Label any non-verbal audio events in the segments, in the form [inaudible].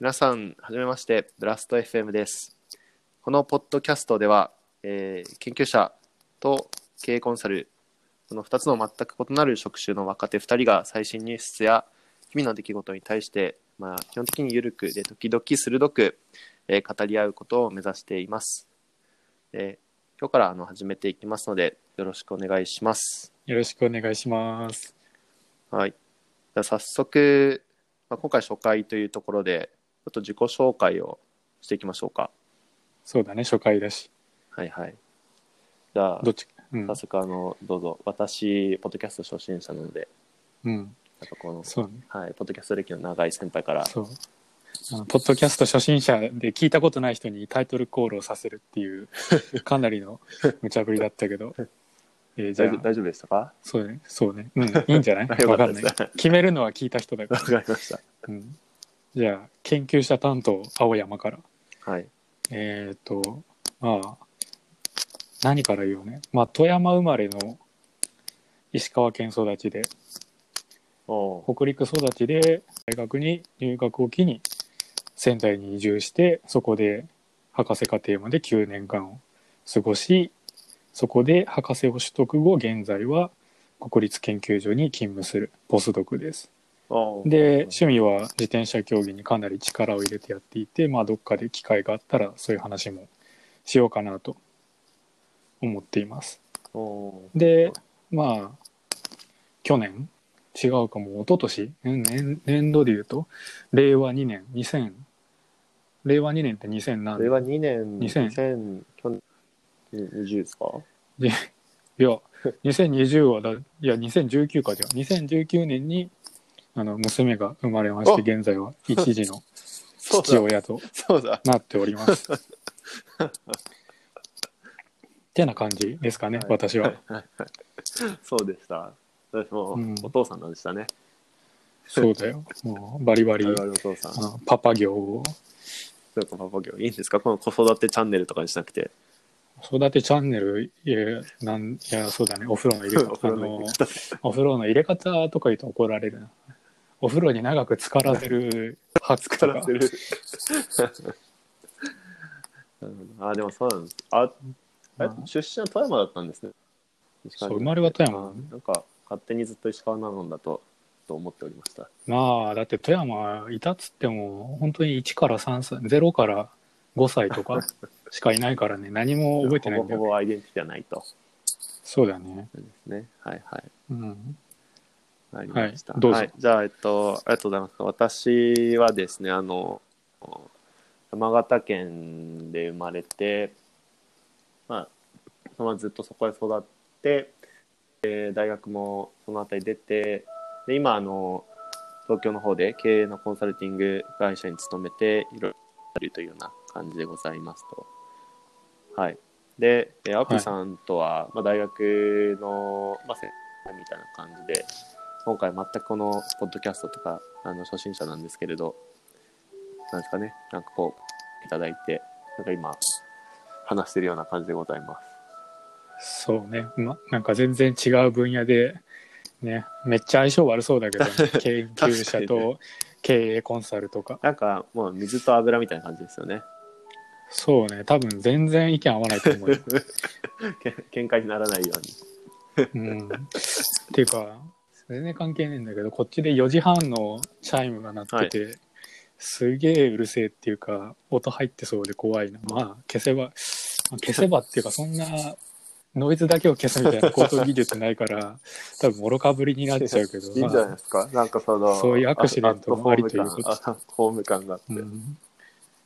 皆さん、はじめまして、ブラスト FM です。このポッドキャストでは、えー研究者と経営コンサル、この2つの全く異なる職種の若手2人が最新ニュースや日々の出来事に対して、まあ、基本的に緩くで時々鋭く、えー語り合うことを目指しています。えー今日からあの始めていきますので、よろしくお願いします。よろしくお願いします。はい。じゃあ早速、まあ、今回初回というところで、ちょっと自己紹介をしていきましょうか。そうだね、初回だし。はいはい。じゃあど、っちか。うん早。速、あの、どうぞ、私、ポッドキャスト初心者なので、うん、なんかこの、そうね。はい、ポッドキャスト歴の長い先輩から、そう。あのポッドキャスト初心者で聞いたことない人にタイトルコールをさせるっ [laughs] ていうかなりの無茶ぶりだったけど、えーじゃ大丈夫あ大丈夫でしたかそうねそうね、うん、いいんじゃ [laughs] ないよわかったかんでなすい決めるのは聞いた人だかわら、かりました。うん、じゃあ研究者担当青山からはい。えっ、と、まあ、何から言おうね。まあ、富山生まれの石川県育ちで、おー北陸育ちで、大学に入学を機に仙台に移住して、そこで博士課程まで9年間を過ごし、そこで博士を取得後、現在は国立研究所に勤務するポスドクです。おーで趣味は自転車競技にかなり力を入れてやっていて、まあ、どっかで機会があったらそういう話もしようかなと思っていますおーでまあ去年違うかも一昨年うん年年度で言うと令和2年2000令和2年って2000こ何れ年は2年、 2000 2000去年、2020ですかいや2020はだいや2019かじゃあ2019年にあの娘が生まれまして現在は一児 [laughs] のそう父だ、親とそうだ。なっており [laughs] ます。ってな感じですかね、い私は。そうでした。私も、うんお父さんなんでしたね。そうだよ。もうバリバリ我、々のお父さん。あのパパ業を。そうか、パパ業。いいんですかこの子育てチャンネルとかにしなくて。育てチャンネル、いや、なんいやそうだね、お風呂の入 [laughs] れお方。風あ呂のの入れ方お風呂の入れ方とか言うと怒られるな。お風呂に長く浸からせる発さとらかせ。る。 [laughs] あ、でもそうなんです。あ、あれうん出身は富山だったんですね。そう生まれは富山あなんか、勝手にずっと石川なのだと、と思っておりました。まあ、だって富山いたっつっても、本当に1から3歳、0から5歳 [laughs] とかしかいないからね、何も覚えてないんだほぼよ。ほぼアイデンティティはないと。そうだね。そうですね。はいはい。うん。わかりました。はいどうぞじゃあ、えっと、ありがとうございます。私はですね、あの、山形県で生まれて、まあ、そのままずっとそこで育って、で大学もその辺り出て、で、今、あの、東京の方で経営のコンサルティング会社に勤めて、いろいろやるというような感じでございますと。はい。で、えーアプさんとは、まあ、大学の、まあ、先輩みたいな感じで、今回全くこのポッドキャストとかあの初心者なんですけれどなんですかねなんかこういただいてなんか今話してるような感じでございますそうね、ま、なんか全然違う分野で、ね、めっちゃ相性悪そう [laughs] だけどね、研究者確かにと経営コンサルとか。なんかもう水と油みたいな感じですよねそうね、多分全然意見合わないと思うよ。け喧嘩にならないようにうん、っていうか、全然関係ねえんだけど、こっちで4時半のチャイムが鳴ってて、すげえうるせえっていうか、音入ってそうで怖いな。まあ、消せば、まあ消せばっていうか、そんな、ノイズだけを消すみたいな高等技術ないから、多分、愚かぶりになっちゃうけど、いいんじゃないですかなんかそのそういうアクシデントもありということアットホーム感アットホーム感があって、うん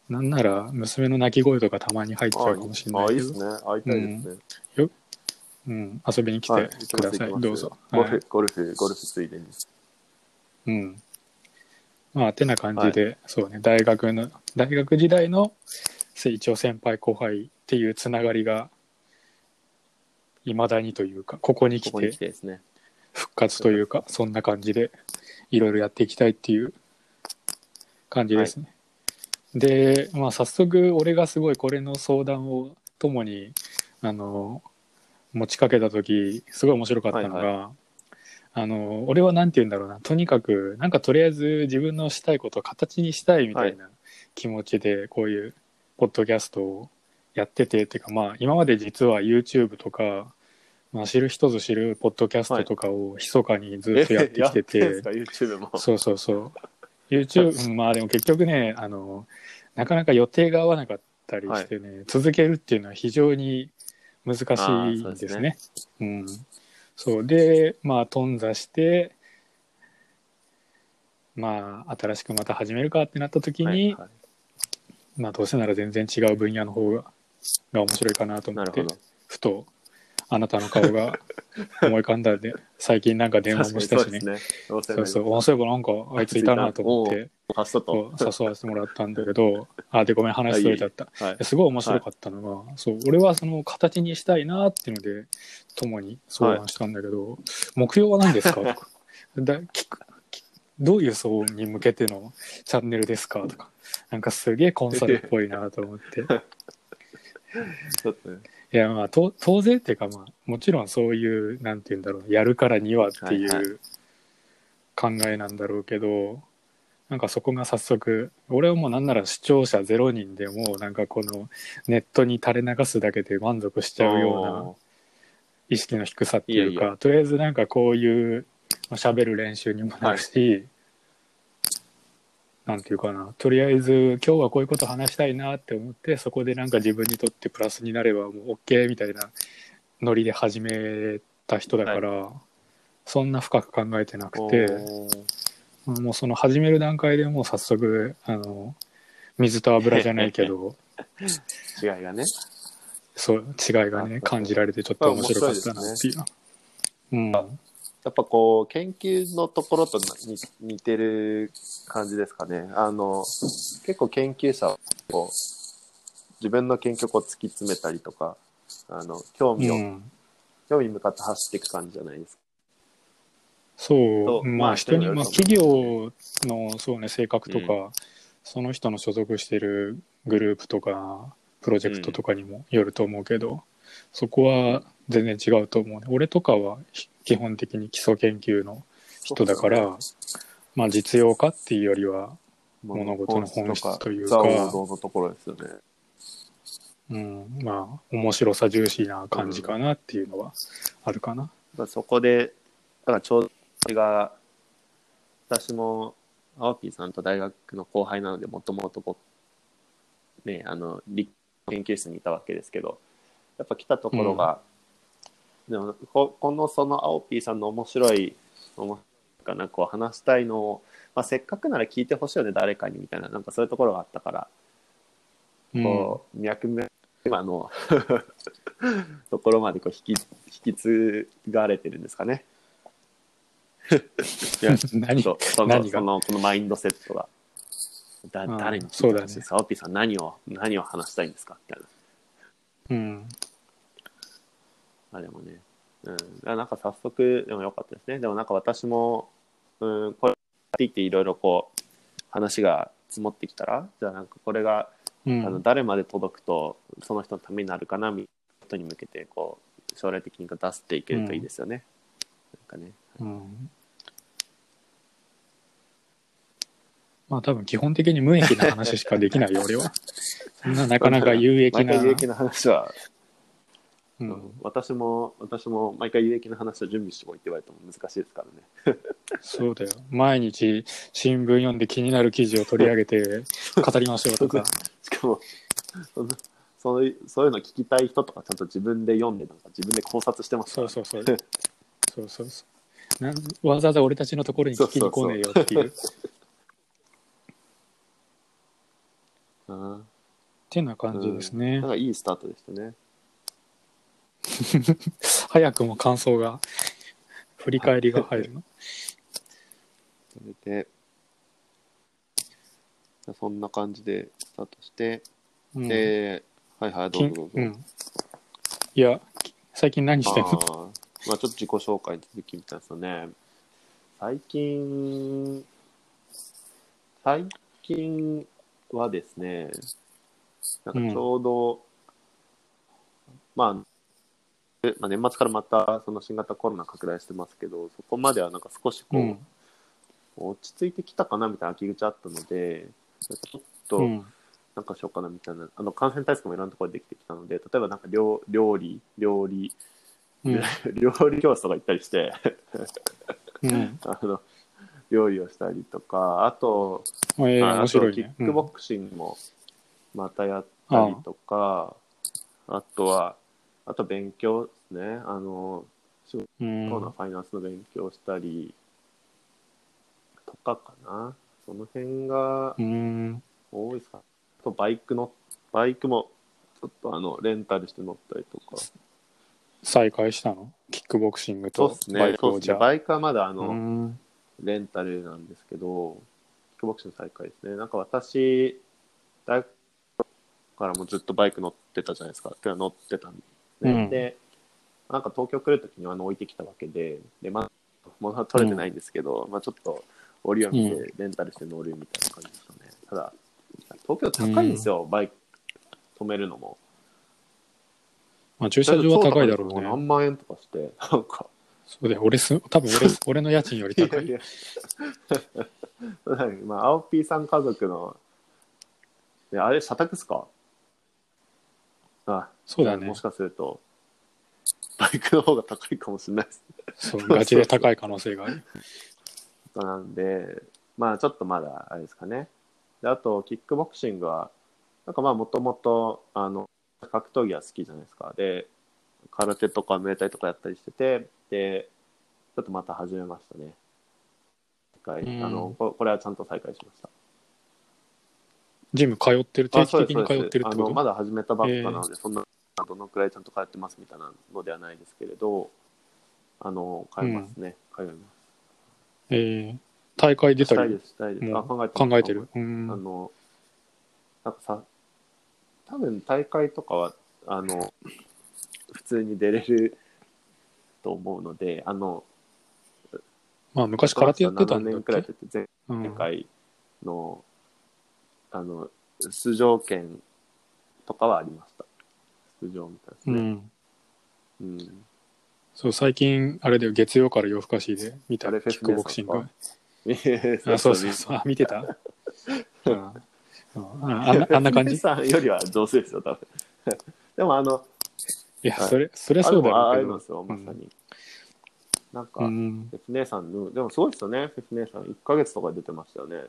なんなら娘の泣き声とかたまに入っちゃうかもしれあないあいいけですどね会いたいですね、うん、遊びに来はいてください、行きます行きますどうぞ、ゴルはいフゴルフゴルフついでにうん、まあてな感じで、そうね大学の大学時代の成長先輩後輩っていうつながりがいまだにというかここにこ来こにて来てですね復活というかそんな感じでいろいろやっていきたいっていう感じですね、で、まあ、早速俺がすごいこれの相談を共にあの持ちかけた時すごい面白かったのが、はいあの俺は何て言うんだろうなとにかくなんかとりあえず自分のしたいことを形にしたいみたいな気持ちでこういうポッドキャストをやっててっていうかまあ今まで実は YouTube とか、まあ、知る人ぞ知るポッドキャストとかを密かにずっとやってきてて、えやってんすか YouTube も。そうそうそう。YouTube、うん [laughs] まあでも結局ね、あの、なかなか予定が合わなかったりしてね、続けるっていうのは非常に難しいんですね。うん。そう。で、まあ、頓挫して、まあ、新しくまた始めるかってなった時に、はいはまあ、どうせなら全然違う分野の方が、が面白いかなとい、思なっるほてど、。ふと、あなたの顔 [laughs] が思い浮かんだんで、最近なんか電話もしたしね。確かにそうですね。。そうそうう、面白いなんかあいついたなと思って、パスことう。誘わせてもらったんだけど、あ、で、ごめん、話しとれちゃった。はい。すごい面白かったのが、そう、俺はその形にしたいなっていうので、共に相談したんだけど、目標は何ですかとかだ聞く聞どういう層に向けてのチャンネルですかとか、なんかすげえコンサルっぽいなと思って。ちょっとね。いや、まあ、と当然っていうか、まあ、もちろんそういう、なんて言うんだろう、やるからにはっていはいう考えなんだろうけど、なんかそこが早速、俺はもうなんなら視聴者0人でも、なんかこのネットに垂れ流すだけで満足しちゃうようなおー意識の低さっていうかいやとりあえずなんかこういうまあ喋る練習にもなるし、なんていうかなとりあえず今日はこういうこと話したいなって思ってそこでなんか自分にとってプラスになればもう OK みたいなノリで始めた人だから、そんな深く考えてなくておーもうその始める段階でもう早速あの水と油じゃないけど違いがね。そう違いがね感じられてちょっと面白かったなっていう。うんやっぱこう、研究のところとに似てる感じですかね。あの、結構研究者はこう、自分の研究をこう突き詰めたりとか、あの、興味を、うん興味に向かって走っていく感じじゃないですか。そ、そううままああ人人にに、よるまあと思企業のそうね、性格とか、その人の所属してるグループとか、プロジェクトとかにもよると思うけど、そこは全然違うと思うね。俺とかはひ基本的に基礎研究の人だから、まあ実用化っていうよりは、物事の本質というかザ王道のところですよね。うん、まあ面白さ重視な感じかなっていうのはあるかな。まあそこで、だからちょうど私が、私も、青木さんと大学の後輩なので、もともとこう、ね、あの、理研究室にいたわけですけど、やっぱ来たところが、でもこ、このその青ピーさんの面白い、面白いかな、こう話したいのを、まあ、せっかくなら聞いてほしいよね、誰かに、みたいな、なんかそういうところがあったから、うん、こう、脈々今の [laughs] ところまでこう引き、引き継がれてるんですかね。い [laughs] や、 [laughs] 何そうその何そがの、このマインドセットが。だうん誰にそ聞ういだたねんですか、オピーさん何を、何を話したいんですかみたいな。うん。まあでもね。うん。あなんか早速、でも良かったですね。でもなんか私も、うん、これについていろいろこう、話が積もってきたら、じゃあなんかこれがうあのん。誰まで届くとその人のためになるかなみたいなことに向けてこう将来的に出していけるといいですよね。なんかね。うんまあ多分基本的に無益な話しかできな [laughs] いよ、俺は。そんななかなか有益毎な。回有益な話は、ううんん、私も私も毎回有益な話を準備してこいって言われても難しいですからね。 [laughs] そうだよ。毎日新聞読んで気になる記事を取り上 [laughs] げて語りましょうとか。しかもそんなそういうそういうの聞きたい人とかちゃんと自分で読んでなんか自分で考察してますかそらうそうそう。そうそうそうなん。わざわざ俺たちのところに聞きに来ねえよっていう。うんてな感じですねなん。かいいスタートでしたね。早くも感想が、振り返りが入るの。それでそんな感じでスタートして、うんではいはいどうぞどうぞ。うん。いや、き最近何してんのあーまあちょっと自己紹介に続きみたいですよね。最近、最近はですね、なんかちょうど、まあ、えまあ、年末からまたその新型コロナ拡大してますけど、そこまではなんか少しこう、うん落ち着いてきたかなみたいな秋口あったので、ちょっと、うんなんかしようかなみたいな、あの、感染対策もいろんなところでできてきたので、例えばなんか料料理、料理、うん。料理教室とか行ったりして、 [laughs] うん。あの、料理をしたりとか、あと、え [laughs] えああ面白といキねッ。クボクシングもまたやったりとか、あとは、あと勉強ですね。あの、仕事うんのファイナンスの勉強したりとかかな。その辺がうん。多いですか。あとバイクの、バイクもちょっとあの、レンタルして乗ったりとか。再開したのキックボクシングそうとですバねイ。クそうをっすじね。ゃあ。バイクはまだあの、うんレンタルなんですけど、キックボクシング再開ですね。なんか私、大学からもずっとバイク乗ってたじゃないですか。てか乗ってたんですね。うんで、なんか東京来るときにあの置いてきたわけで、で、まあ、物は取れてないんですけど、まあちょっと折を見うてレンタルして乗るみたいな感じでしたね。ただ、東京高いんですよ、バイク止めるのも。まあ、駐車場は高いだ超高ろですうね。何万円とかして、なんか。そうだよ。俺す、多分俺す、俺の家賃よりい高やいい。や [laughs] まあ、青 P さん家族の、いやあれ、社宅っすかあ、そうだねもしかすると、バイクの方が高いかもしれないです。そう、ガチで高い可能性がある。なんで、まあ、ちょっとまだ、あれですかね。で、あと、キックボクシングは、なんかまあ、もともと、あの、格闘技は好きじゃないですか。で、空手とかムエタイとかやったりしてて、で、ちょっとまた始めましたね。一回、うんあのこ、これはちゃんと再開しました。ジム通ってる、定あ期そうです的そにうで通すってるっあてこのまとだ始めたばっかなので、そんなどのくらいちゃんと通ってますみたいなのではないですけれどあの通いますね、通いまええ大会出すしたたいりですしたいです、もあう考えてま考すえてる。うあん。のなんかさ多分大会とかはあの普通に出れると思うのであのまあ、昔空手やってたん7だ年っくらいやっけてて全うん世界の,、あの出場権とかはありました出場みたいですうね、ん。うんそう、最近、あれだよ、月曜から夜更かしで見た、あれキックボクシング。フェあスそそうそうそう、あ見てたうんうんああんなあんな感じペペいさんよりは上手ですよ、多分。 [laughs] でも、あの、や、はいそれ、それあそうだでもああいうろのうですよ、まさに。なんけど。か、うフん。ェス姉さんの、でもすごいですよね、フェス姉さん。1ヶ月とかで出てましたよね。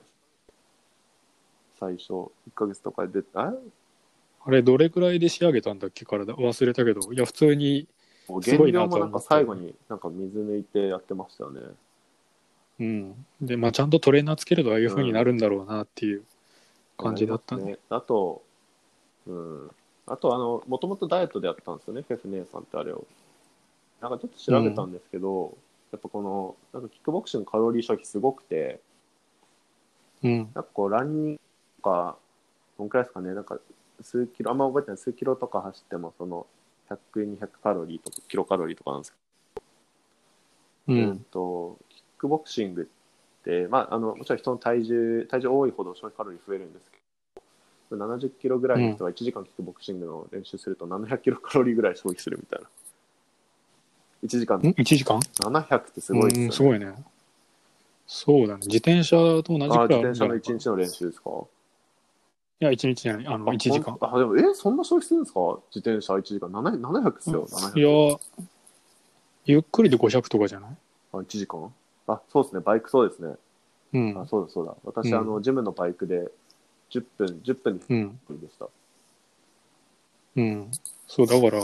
最初、1ヶ月とかで出て、あれあれ、どれくらいで仕上げたんだっけ、体。忘れたけど、いや、普通に、もうす減ごいな量ともはな思んったか最後になんか水抜いてやってましたよね。うん。で、まあ、ちゃんとトレーナーつけると、ああいう風になるんだろうなっていう感じだったね。ね。あと、うん。あと、あの、もともとダイエットでやったんですよね、フェス姉さんってあれを。なんかちょっと調べたんですけど、やっぱこの、なんかキックボクシングのカロリー消費すごくて、うん。なんかこう、ランニングとか、どんくらいですかね、なんか数キロ、あんま覚えてない、数キロとか走っても、その、100、200カロリーとか、キロカロリーとかなんですけどうえっん。と、キックボクシングって、まあ、あのもちろん人の体重、体重多いほど消費カロリー増えるんですけど、70キロぐらいの人が1時間キックボクシングの練習すると700キロカロリーぐらい消費するみたいな。1時間ん ?1 時間700ってすごいですよ、うね。ん、すごいね。そうだね。自転車と同じくらいあああ、自るん転じゃ車なのいか1日の練習ですかいや、1日じゃない、あの、1時間。あ、ほんあでも、え、そんな消費するんですか自転車1時間。700 700ですよ、い700。や、ゆっくりで500とかじゃないあ、1時間あ、そうですね、バイクそうですね。うんあ、。そうだそうだ。私、うんあの、ジムのバイクで10分、10分うん。でした。うん。そう、だから、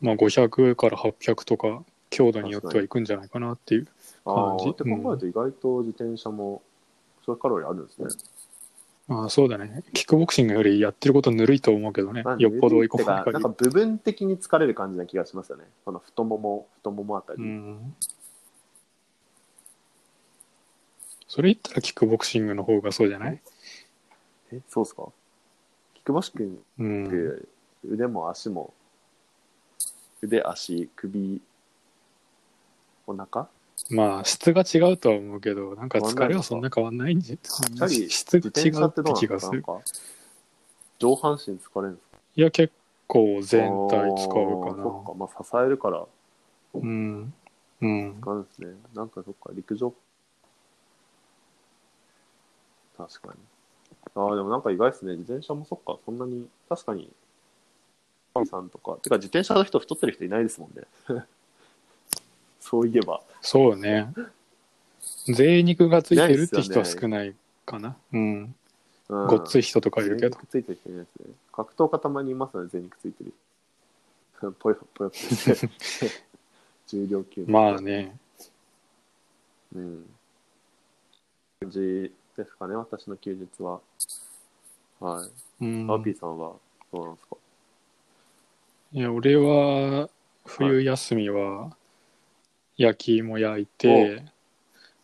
まあ、500から800とか、強度によってはいくんじゃないかなっていう。あ感じあ、って考えると意外と自転車も、そういうカロリーあるんですね。ああ、そうだね。キックボクシングよりやってることぬるいと思うけどねまあ。よっぽど追いて込まかなないん限か部り。分的に疲れる感じな気がしますよね。この太もも、太ももあたり。うん。それ言ったらキックボクシングの方がそうじゃないえ、そうっすかキックボクシンうグ、ん。腕も足も、腕、足、首、お腹まあ、質が違うとは思うけど、なんか疲れはそんな変わんないんじチャリ、質自が違転車うっっててどうなん気でがすかすなるん。か上半身疲れるんですかいや、結構全体使あーそうっか、かまあ支えるからな。うん。うん。使うんですね。なんかそっか、陸上。確かに。ああ、でもなんか意外ですね。自転車もそっか、そんなに、確かに、パンさんとか、てか自転車の人太ってる人いないですもんね。 [laughs] そういえば。そうね。贅肉がついてるっなていっす人よはね少ないかな。うん。うん、ごっついい人とかいるけど肉。ついてる人いないですね。格闘家たまにいますよね、全肉ついてる [laughs] 人。ぽよぽよって [laughs] して。重量級のまあね。うん。感じですかね、私の休日は。はい。うん。アーピーさんは、どうなんですか [laughs] いや、俺は、冬休みは、焼き芋焼いて、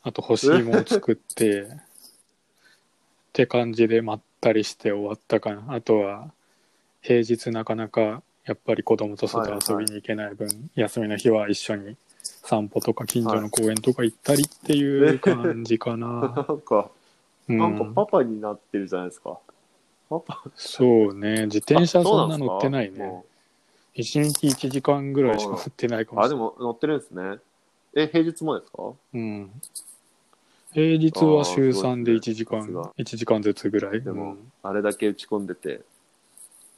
あと干し芋を [laughs] 作って、って感じでまったりして終わったかな。あとは、平日なかなか、やっぱり子供と外遊びに行けない分、休みの日は一緒に散歩とか近所の公園とか行ったりっていう感じか [laughs] な。なんか、うなんかん、パパになってるじゃないですか。パパ、そうね。自転車あそそんうなです乗かってないねも。一日1時間ぐらいしか乗ってないかうもしれなあ、で。もい乗ってるんですね。え、平日もですかうん。平日は週あーそうです3ねで1時間、さすが1時間ずつぐらい。でも、うんあれだけ打ち込んでて、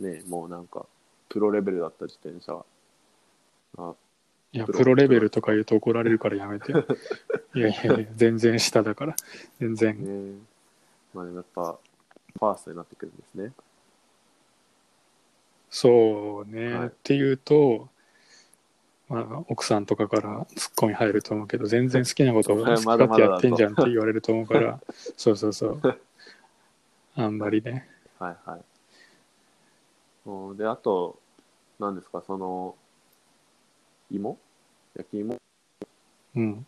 ね、もうなんか、プロレベルだった自転車は。あいや、プロプロレベルとか言うと怒られるからやめ [laughs] て。いやいやいや、全然下だから。全然。ねまあでもやっぱ、ファーストになってくるんですね。そうね。はいっていうと、まあ、奥さんとかからツッコミ入ると思うけど、全然好きなこと [laughs] をまだ好きまだ勝だと手やってんじゃんって言われると思うから、そうそうそう。あんまりね。はいはい。うんで、あと、何ですか、その、芋焼き芋うん。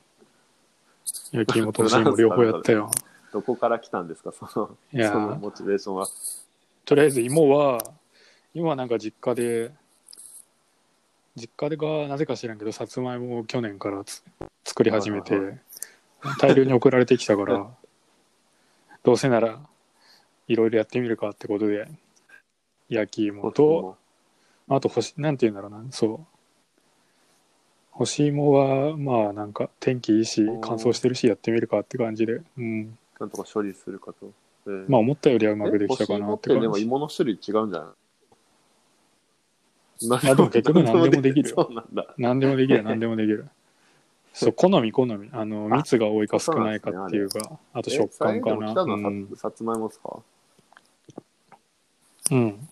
焼き芋と干し芋両方やったよ。どこから来たんですか、その、いやーそのモチベーションは。とりあえず芋は芋はなんか実家で実家でがなぜか知らんけどさつまいもを去年からつ作り始めてはいは大量に送られてきたからどうせならいろいろやってみるかってことで焼き芋とあと干しなんて言うんだろうなそう干し芋はまあなんか天気いいしおー乾燥してるしやってみるかって感じで、うん、なんとか処理するかと。えーまあ思ったよりはうまくできたかなって感え干し芋ってでもじ芋の種類違うんじゃないあでも結局何でもできるよそうなんだ。何でもで [laughs] きる何でもできるそう好み好みあのあ蜜が多いか少ないかっていうかあと食感かえ最後にな来たのうはさ,、ん、さつまいもですかうん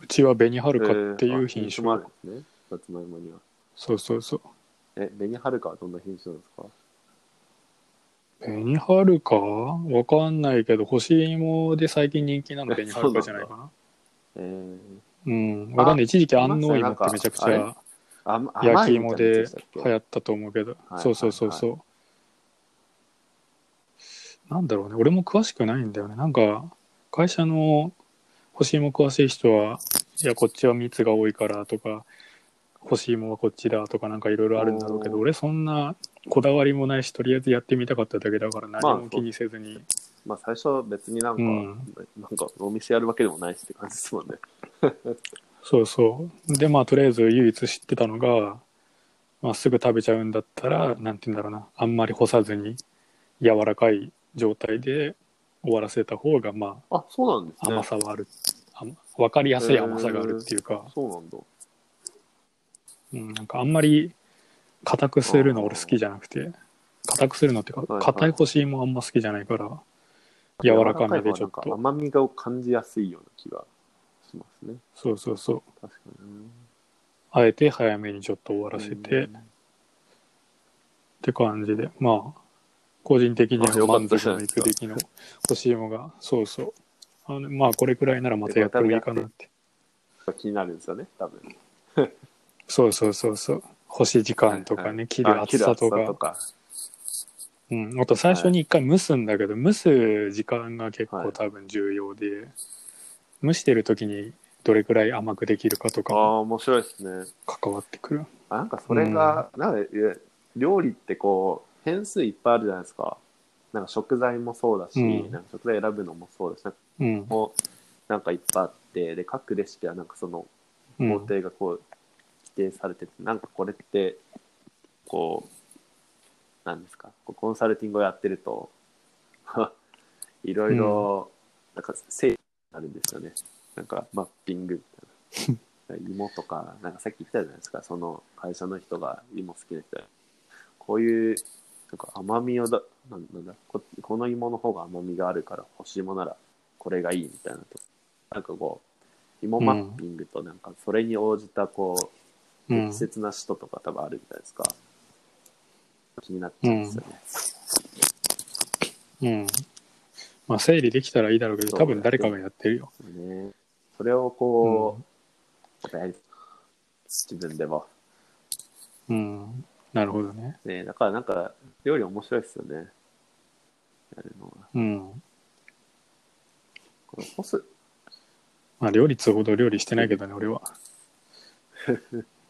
うちは紅はえるかっていう品種、もあるんですね。さつまいもには。そうそうそうえ、紅はるかはどんな品種なんですか紅はるかわかんないけど干し芋で最近人気なの紅はるかじゃないかなえー、うんわかんない一時期あ安納芋ってめちゃくちいますねなんゃあま甘焼きいみ芋たいなやでつしたっけ流行ったと思うけどはいそうそうそうそう、なんだろうね俺も詳しくないんだよねなんか会社の干し芋詳しい人はいやこっちは蜜が多いからとか干し芋はこっちだとかなんかいろいろあるんだろうけどおー俺そんなこだわりもないしとりあえずやってみたかっただけだから何も気にせずに、まあ最初別になんか、うんなんかお店やるわけでもないしって感じですもんね。そうそうでまあとりあえず唯一知ってたのが、まあ、すぐ食べちゃうんだったらなんて言うんだろうなあんまり干さずに柔らかい状態で終わらせた方がまあ、そうなんであすね。甘さはある、あ分かりやすい甘さがあるっていうか、そうなんだ。うん、なんかあんまり硬くするのあー俺好きじゃなくて硬くするのっていういはかい硬い干し芋あんま好きじゃないから柔らかめでちょっ柔らかい方がなんとか甘みを感じやすいような気がしますね。そうそうそう確かに。あえて早めにちょっと終わらせて、うんって感じでまあ個人的にはあよかっ満た足じゃなのいいですかく出来の欲しいものがそうそうあのまあこれくらいならまたやってもいいかなって気になるんですよね、多分。そうそうそうそう星時間とかはいはねい切る厚さとあ切る厚かうんあと最初に一回蒸すんだけど蒸す時間が結構多分重要で蒸してる時にどれくらい甘くできるかあとあか、面白いですね。関わってくるあなんかそれが、なんかいや料理ってこう、変数いっぱいあるじゃないですか。なんか食材もそうだし、うんなんか食材選ぶのもそうだし、なんかうんもうなんかいっぱいあって、で、各レシピはなんかそのう工ん程がこう規定されてて、なんかこれってこ [laughs] うなんですかこうコンサルティングをやってるといろいろ、なんか整理になるんですよね。なんかマッピングみたいな。芋とか、なんかさっき言ったじゃないですか、その会社の人が芋好きな人こういう、なんか甘みをだ、なんなんだこ、この芋の方が甘みがあるから欲しいもならこれがいいみたいなと。なんかこう、芋マッピングとなんかそれに応じたこう、うん適。切な人とか多分あるみたいですか。気になっちゃうんですよね。うん。まあ、整理できたらいいだろうけど、そう多分誰かがやってるよ。そうねそれをこうう、やっぱり自分でも。うん。なるほどね。ねだからなんか、料理面白いですよね。やるのは。うん。この干す。まあ、料理つほど料理してないけどね、俺は。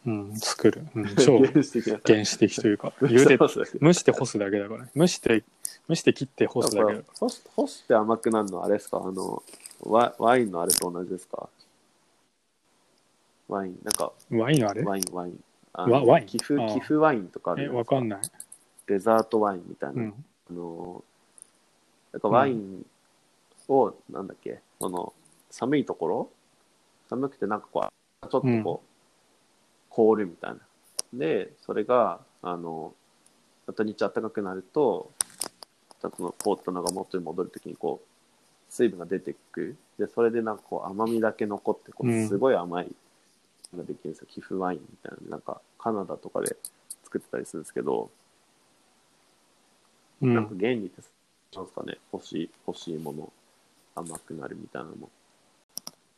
うん、作る。 [laughs] うん、超原始的というか、茹で、蒸して干すだけだから、ね。蒸して、蒸して切って干すだけだから。干す干して甘くなるのあれですかあのワ、ワインのあれと同じですかワイン、なんか、ワインあれワイン、ワイン。あわワイン寄付あー寄付ワインとかあるえ、じゃないわですかんない。デザートワインみたいな。うん。あのーなんかワインを、なんだっけ、その、寒いところ寒くてなんかこう、ちょっとこう、凍るみたいな。で、それが、あの、また日中暖かくなると、ちゃんとその凍ったのが元に戻るときにこう、水分が出てく。で、それでなんかこう甘みだけ残って、こうんう、すごい甘いのができるんですよ。寄付ワインみたいなのなんかカナダとかで作ってたりするんですけど、うなんかん。原理って、なんですかね、欲しい、欲しいもの、甘くなるみたいなのも。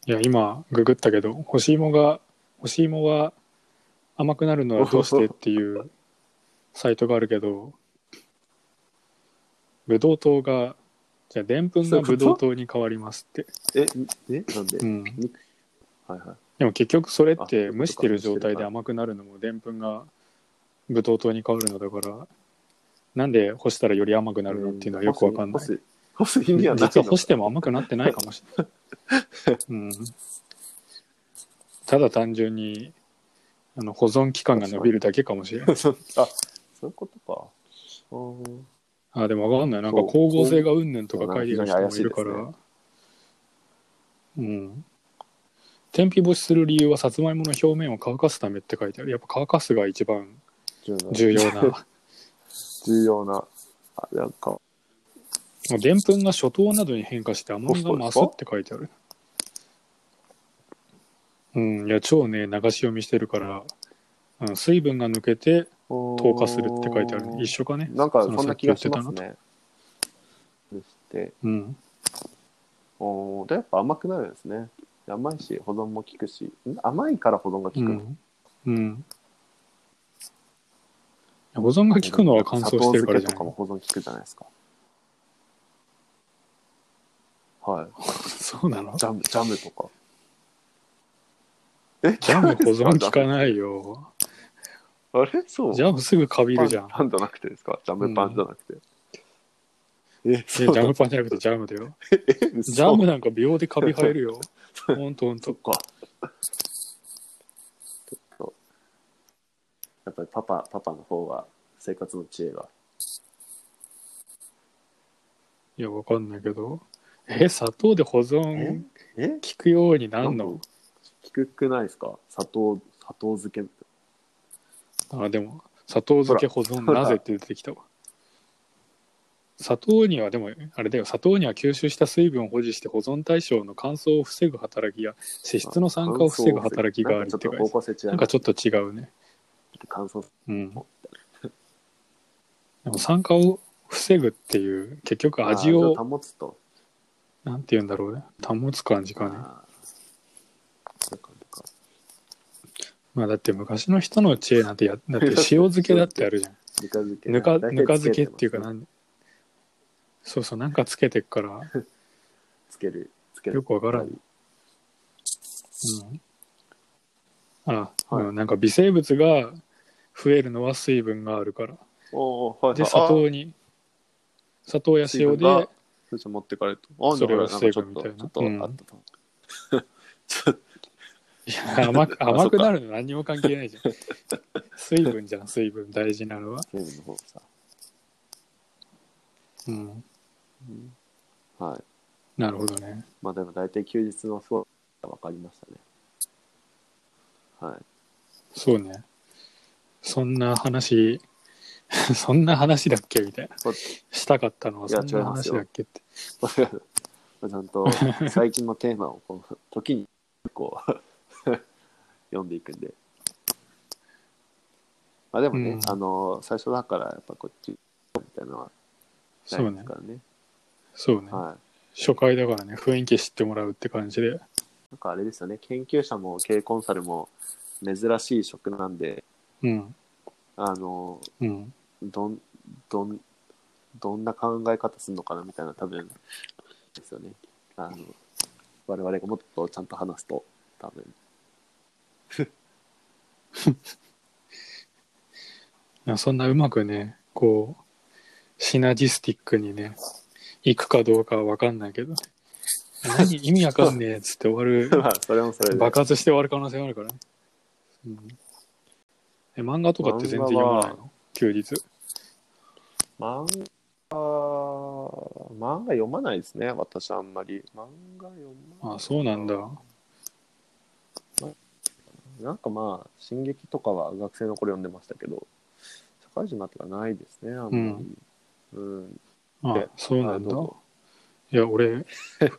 いや、今、ググったけど、干し芋が、干し芋は甘くなるのはどうしてっていうサイトがあるけど、ブドウ糖が、じゃあ、でんぷんそうがいうことブドウ糖に変わりますって。え、んえ、なんで、うん。はいはい。でも結局それっあそういてうことか蒸してる状態で甘くなるのもでんぷんがブドウ糖に変わるのだからなんで干したらより甘くなるのっていうのはよくわかん干ないす干す干す意味はない実はの干しても甘くなってないかもしれない、うん、ただ単純にあの保存期間が伸びるだけかもしれない [laughs] あ、そういうことか。あーあでもわかんないなんかそう光合成がうんぬんとか書いてる人も非常にいる怪しかいですら、ねうん天日干しする理由はさつまいもの表面を乾かすためって書いてあるやっぱ乾かすが一番重要な [laughs] 重要なま重要な。あ、なんか、あでんぷんが初糖などに変化して甘みが増すって書いてあるうんいや超ね流し読みしてるから、うん、水分が抜けて透糖化するって書いてある一緒かねなんか、そのそんな気がしますね。そして、うんおーで、やっぱ甘くなるんですね。甘いし、保存も効くし、ん甘いから保存が効くうの、ん、うん、保存が効くのは乾燥してるからじゃ砂糖漬けとかなもい保存効くじゃないですか。は。そうないのジャム、ジャムとか。え、ジャム保存効かい。ないよあれそう。ジャムすぐかびるじゃんパンパンじゃなくてですかジャムパンじゃなくて。え、いそやうジだャムパンじゃなくてジャムだよえ嘘ジャムなんか秒でカビ生えるよほんとほんそとっか。ちょっと、やっぱりパパ、パパの方は、生活の知恵が。いや、わかんないけど。え、砂糖で保え存効えくようになんなんのか低くないですか砂糖、砂糖漬け。あ、でも、砂糖漬け保存ほらなぜって出てきたわ。砂糖には、でも、あれだよ、砂糖には吸収した水分を保持して保存対象の乾燥を防ぐ働きや、脂質の酸化を防ぐ働きがあるって書いなんかちょっとてあ方向る性違いなんまかすちょっと違うね。乾燥うん。でも酸化を防ぐっていう、結局味あをー、保つと。なんて言うんだろうね。保つ感じかね。あーそうかそうかまあだって昔の人の知恵なんてや、だって塩漬けだってあるじゃん。ぬか漬け。ぬか大体ぬか漬けっていうかつなんそうそうなんかつけてっからつける。つける。よくわからん、はういん、あ、はいうんなんか微生物が増えるのは水分があるからおーおーはいではい砂あ糖ーに砂糖や水塩分でがそして持ってかれると。あそれをなんかちょ防っぐみとたいなちょっとあったと思う [laughs] ちょっといや甘く [laughs] あそっか甘くなるの何にも関係ないじゃん水分じゃん水分大事なのは、水分の方さ。うん、はい。なるほどね。まあでも大体休日のそうが分かりましたね。はい。そうね。そんな話、 [laughs] そんな話だっけみたいな。そうしたかったのはいやそんな話違いますよだっけって。ちゃんと最近のテーマをこの [laughs] 時にこう [laughs] 読んでいくんで。まあでもね、うんあの最初だからやっぱこっちみたいなのはなそいうでねす。からね。そうね。はい。初回だからね、雰囲気知ってもらうって感じで。なんかあれですよね、研究者も経営コンサルも珍しい職なんで、うん。あの、うん。どん、どん、どんな考え方するのかなみたいな多分、ですよね。あの、我々がもっとちゃんと話すと、多分。 [laughs] そんなうまくね、こう、シナジスティックにね、行くかどうかは分かんないけど、 [laughs] 何意味わかんねえっつって終わる、まあ、それもそれで。爆発して終わる可能性があるからね。うん、え漫画とかって全然読まない漫画の休日。漫画、漫画読まないですね、私あんまり。漫画読まない。あそうなんだ。なんかまあ、進撃とかは学生の頃読んでましたけど、社会人になってからないですね、あんまり。うん。あでそうなあんだど。ぞいや、 [laughs] 俺、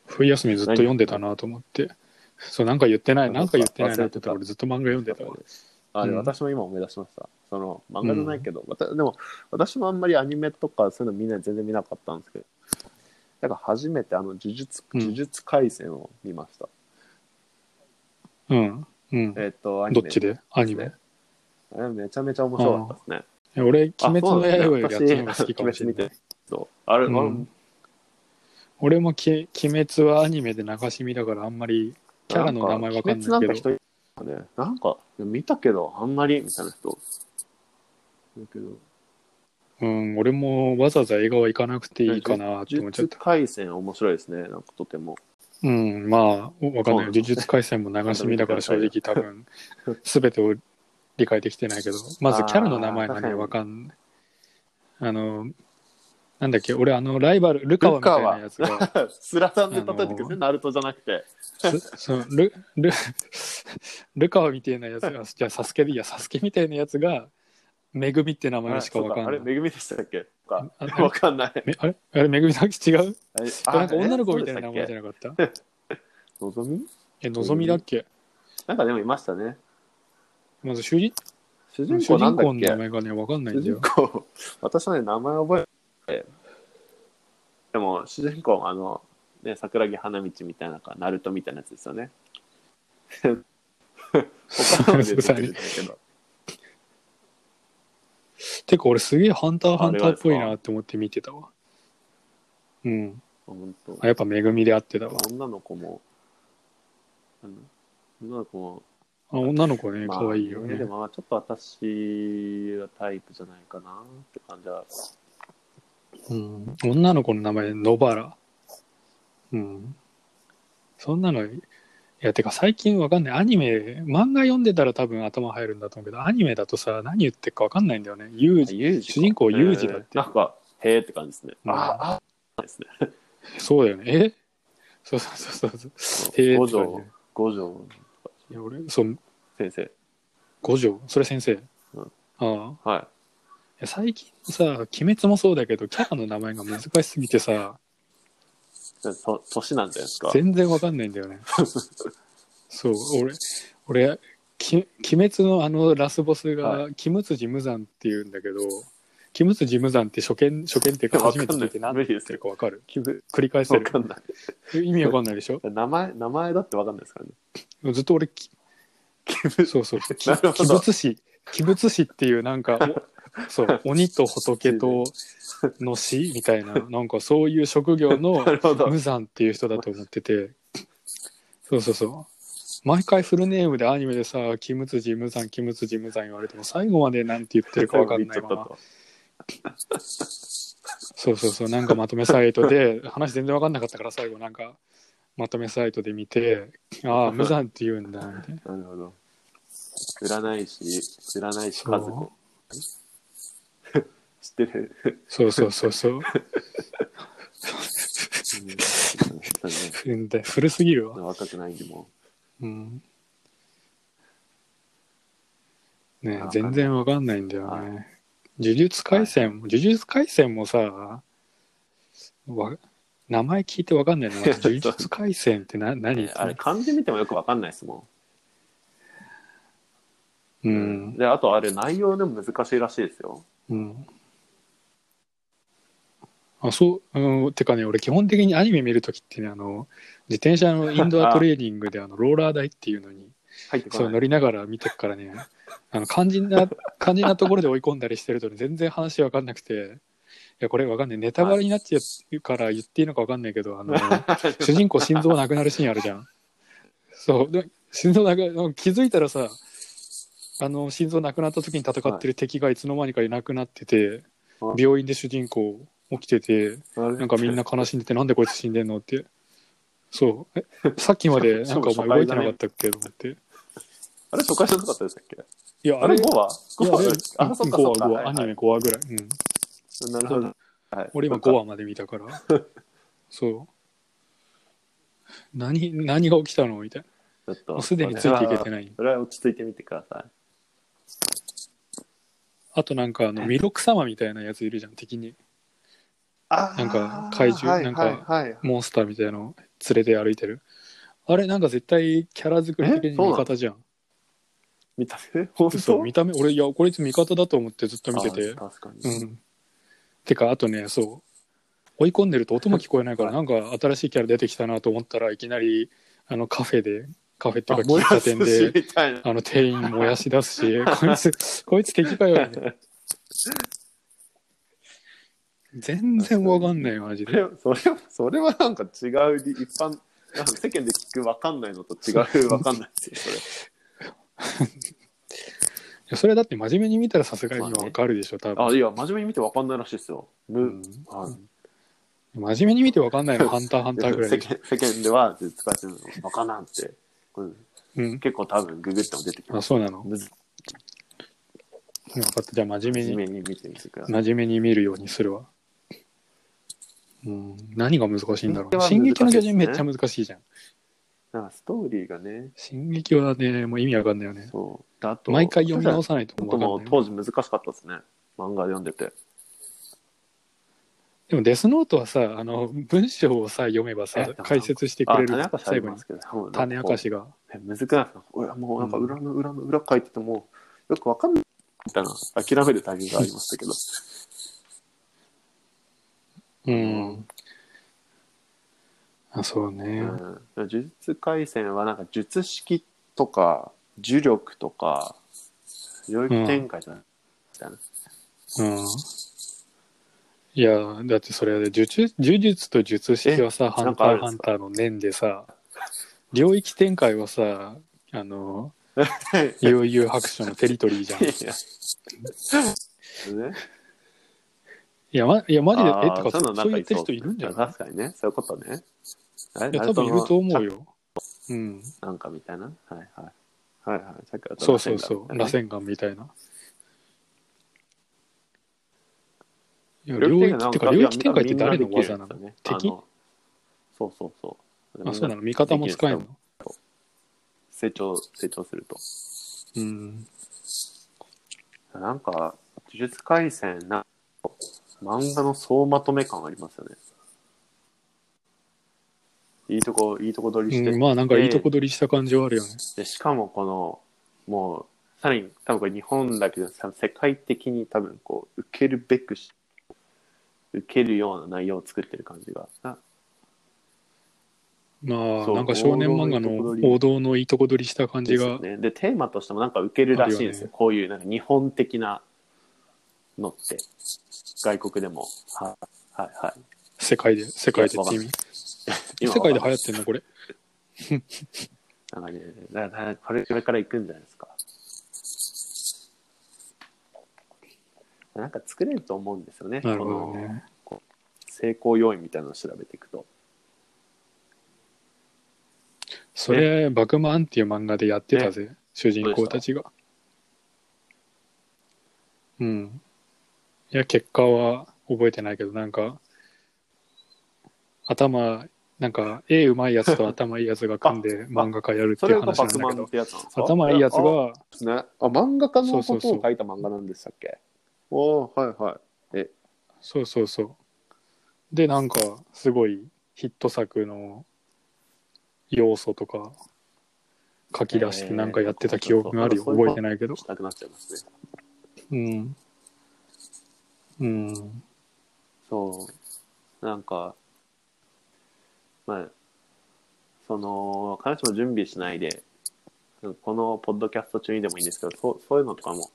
冬休みずっと読んでたなと思って。そう、なんか言ってない、なんか言ってないなって言ったら俺ずっと漫画読んでたわ。あれ、うん私も今思い出しました。その、漫画じゃないけど、わたでも、私もあんまりアニメとかそういうのみんな全然見なかったんですけど、だから初めてあの、呪術、うん呪術廻戦を見ました。うん。うん。えっ、と、アニどメ。っちでアニメ。あれめちゃめちゃ面白かったですね。いや俺、鬼滅の刃よりあっあちそうのな方んがだ好きかもし私れ鬼滅見ないて。そう。あれ、ううんん、俺もき鬼滅はアニメで流し見だからあんまりキャラの名前わかんないなんか鬼滅なんけどか人いるよね、なんか、見たけど、あんまり、みたいな人。だけど、うん、俺もわざわざ映画は行かなくていいかなって思呪っちゃっ術た。廻戦面白いですね、なんかとても。 [laughs] うん、まあ、おわかんなそうない。んだ呪術廻戦も流し見だか [laughs] ら正直多分、すべてを理解できてないけ [laughs] ど、まずキャラの名前がね、あーわかんない。あの、なんだっけ、俺あの、ライバル、ルカワみたいなやつが、スラさんで例えてください、ナルトじゃなくて。そ [laughs] そのルルルカワみたいなやつ [laughs] がじゃあサスケでいいやサスケみたいなやつがめぐみって名前しかわかんあないれ、めぐみでしたっけかあわかんない。めあれあれめぐみさん違うあれあなんか女の子みたいな名前じゃゃなかったのぞみえのぞみだっけなんかでもいましたね。まず主人主主人人公なんだ公のっけ名前がねわかんない主んだ人よ公、私はね、名前覚えて、でも、主人公もあの、ね、桜木花道みたいなのか、ナルトみたいなやつですよね。他のも出てくるんだけど。てか俺すげえハンターハンターっぽいあれはなでって思って見てたわうん本当あやっぱめぐみで合ってたわ女の子も、うん女の子も、あ女の子ねまあ可愛いよでねも、まあちょっと私はタイプじゃないかなって感じは。うん、女の子の名前野原うんそんなのいやてか最近わかんないアニメ漫画読んでたら多分頭入るんだと思うけどアニメだとさ何言ってるかわかんないんだよねユージユー主人公ユージだってなんか、へえって感じですね。うんああ、ですね。そうだよねえそうそうそうそうそうへえ五って感じ条、五条いや俺そう先生。五条それ先生、うんああはいや最近さ「鬼滅」もそうだけどキャラの名前が難しすぎてさい。そ年なんじゃないですか。全然わかんないん [laughs] だよねそう俺俺き鬼滅のあのラスボスはが「鬼滅無惨」っていうんだけど「鬼滅無惨」って初見初見っていうかわ初かんなめいて聞いて何て言ってるかわかる気分繰り返せわるかんない。意味わかんないでしょ名前、名前だってわかんないです [laughs] からね。ずっと俺きそ [laughs] うそうきなる鬼ほど仏師鬼仏師っていうな [laughs] んかおそう鬼と仏との師みたい [laughs] ななんかそういう職業のなるほど。無惨っていう人だと思っててそうそうそう毎回フルネームでアニメでさ「キムツジ無惨キムツジ無惨」言われても最後までなんて言ってるか分かん [laughs] ないままそうそうそうなんかまとめサイトで話全然分かんなかったから最後なんかまとめサイトで見てああ無惨って言うんだみたいななるほど。占い師、占い師和子。 [laughs] 知ってる。そうそうそうそう全然古すぎうるんわ。若くないんでもうん。ねなんえかね全然わかんないんだよね。呪術廻戦も、呪術廻戦もさ、わ名前聞いてわかんないの。呪術廻戦ってな何あれ漢字見てもよくわかんないですも、うんん。であとあれ内容でも難しいらしいですようん。あ、そう、うん、てかね、俺基本的にアニメ見るときってね、あの、自転車のインドアトレーニングで、あの、ローラー台っていうのに、入ってそこうな乗いりながら見てくか [laughs] らね、あの、肝心な、肝心なところで追い込んだりしてるとね、全然話わかんなくて、いや、これわかんない。ネタバレになっちゃうから言っていいのかわかんないけど、あの、主人公心臓なくなるシーンあるじゃん。そう、で心臓なくな気づいたらさ、あの、心臓なくなった時に戦ってる敵がいつの間にかいなくなってて、はい病院で主人公起きてて、なんかみんな悲しんでて、なんでこいつ死んでんのって。そう。えさっきまで、なんかお前動いてなかったっけと思って。あれ紹介しなかったでしたっけいや、ああれれ、 5話い ?5 やあれ話あ、そっか5そっ話、か。 5はい話、はアいニメ5話ぐらい。うん。なるほど。はい俺今5話まで見たから。そう。何、何が起きたのみたいな。ちょっともうすでについていけてい。ない。それは落ち着いてみてくださあとなんかあの、弥勒様みたいなやついるじゃん、敵に。い。なんか怪獣なんかはい。モンスターみたいなの連れて歩いてる。あれなんか絶対キャラ作り的に味方じゃん。見た目本そ当う、見た目、俺、いや、こいつ味方だと思ってずっと見ててあ。確かうに。ん。てか、あとね、そう。追い込んでると音も聞こえないから、はなんか新しいキャラ出てきたなと思ったらいきなり、あの、カフェで、カフェってあいうかも喫や茶すし店で、みたいな。あの、店員燃やし出す [laughs] し、こいつ、こいつ敵かよ。全然わかんないよ、マジそで。れそれそれはなんか違う理、一般、なんか世間で聞くわかんないのと違うわかんないですよ、いやそれだって真面目に見たらさすがにわかるでしょ、そ多れ。分。あ、いや、真面目に見てわかんないらしいですよ。むうんあ真面目に見てわかんな [laughs] いの、ハンターハンターぐらい世で。間世間では使ってるのわからんって。これうん。結構多分ググっても出てきまあ、す。そうなの。むず分かった。じゃあ真面目真に面目に見てみてください。真面目に見るようにするわ。うん、何が難しいんだろう、これは難しい進撃の巨人めっでちすゃね難しいじゃん。なんかストーリーがね、進撃はね、もう意味わかんないよね。そう。であと毎回読み直さないとちょっわとかんもなうい。当時難しかったですね。漫画読んでて。でもデスノートはさ、あの、文章をさ、読めばえさなん、か解説してくあ、れ種る明かしあ最り後まにす。けど、多分なんか種明かしが。え難しいな俺はもうなんか裏の裏の裏書いてても、よくわかんないみたいな諦めるタイミングがありましたけどうん。あ、そううね。ん呪術廻戦はなんか術式とか呪力とか領域展開じゃない、みたいなうん。いや、だってそれ、呪術呪術と術式はさ、ハなンんタかあーるんハですンかターの念でさ、領域展開はさ、あの、悠々白書のテリトリ [laughs] ーじゃん。いいやねや、ま、いやマジで、あーえ、とそかんなのそう、なんそうか言ってる人いるんじゃない確かにねそういうことねあいれや、多分いると思うよよ。うん。なんかみたいなはいはいはいはいさっきのそうそうそう。螺螺旋旋丸みたいな。いや、だ領ね域ってか、領域展開って誰の領域技展な開のみんできるんです敵よねあのそうそうそうあ、そうなの味方も使えるの成長成長するとうん。なんか呪術廻戦な漫画の総まとめ感ありますよねいいとこいいとこ取りして、うんまあ、なんかいいとこ取りした感じはあるよね。でしかもこのもうさらに多分これ日本だけどさ世界的に多分こう受けるべくし受けるような内容を作ってる感じがなまあ、そうなんか少年漫画の王道のいいとこ取りした感じですがよ。ね、でテーマとしてもなんか受けるらしいんですよあるよねこういうなんか日本的なのって外国でもはいはいはい世界で、世界でわかチんーなム。今世界で流行ってんのこれ。なんかねだからだからこれこれから行くんじゃないですかなんか作れると思うんですよねなるほどこのね。成功要因みたいなのを調べていくとそれ、バクマンっていう漫画でやってたぜ、主人公たちが。うん。いや、結果は覚えてないけど、なんか、頭、なんか、絵うまいやつと頭いいやつが組 [laughs] んで漫画家やるってそいうれが話なバんクだマけンっど、てやつなんですか頭いいやつあでが、すね。あ、漫画家のこそうとそうそをう書いた漫画なんでしたっけおおはいはい。そうそうそう。で、なんか、すごいヒット作の要素とか書き出しえてーなんかやってた記憶があるよ。そうそうそう覚えてないけど。したくなっちゃいますね。うん。うん。そう。なんか、まあ、その、必ずしも準備しないで、このポッドキャスト中にでもいいんですけど、そうそういうのとかも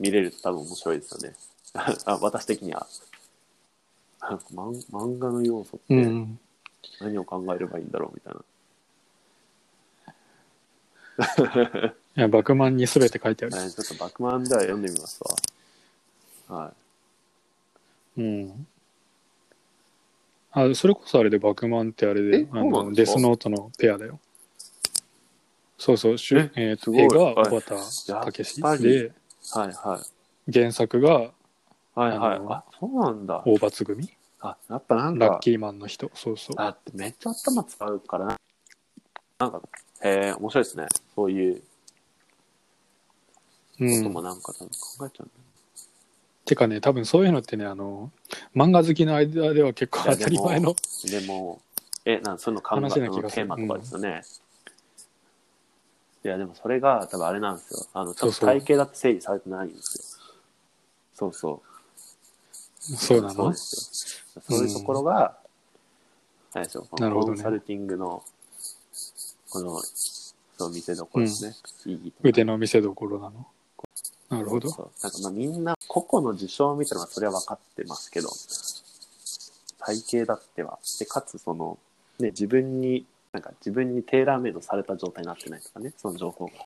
見れると多分面白いですよね。 [laughs] あ私的には。 [laughs] なんか漫漫画の要素っうてん。何を考えればいいんだろうみたいな。いや、バクマンに全て書いてある。はいちょっとバックマンでは読んでみますわ。はい。うん。あ、それこそあれで、バクマンってあれえで、あそうなんのでデすかスノートのペアだよ。そうそう、主ええーとすごい絵がはい小畑やっぱり武史で、はいはい。原作がはいはい。あのあ、そうなんだ。大罰組、あ、やっぱなんラッか、キーマンの人、そうそう。だってめっちゃ頭使うからな。なんか、へえ、面白いですね。そういううことんも、なんか多分考えちゃうんだてかね、多分そういうのってね、あの、漫画好きの間では結構いや当たり前の、よでも、え、なんそういうの考え話なそ気のがすテるーマとかですよね。いや、でもそれが多分あれなんですよ。あの、ちょそうっとそう体系だって整理されてないんですよ。そうそう。そうなそうのですよ。そういうところが、あれですよ、こなるのほどコねンサルティングの、この、そう、見せどころですね。いい腕の見せ所なの。なるほど。そうなんかまあみんな、個々の事象みたいなのはそれは分かってますけど、体系だっては。で、かつその、ね、自分に、なんか自分にテーラーメイドされた状態になってないとかね、その情報が。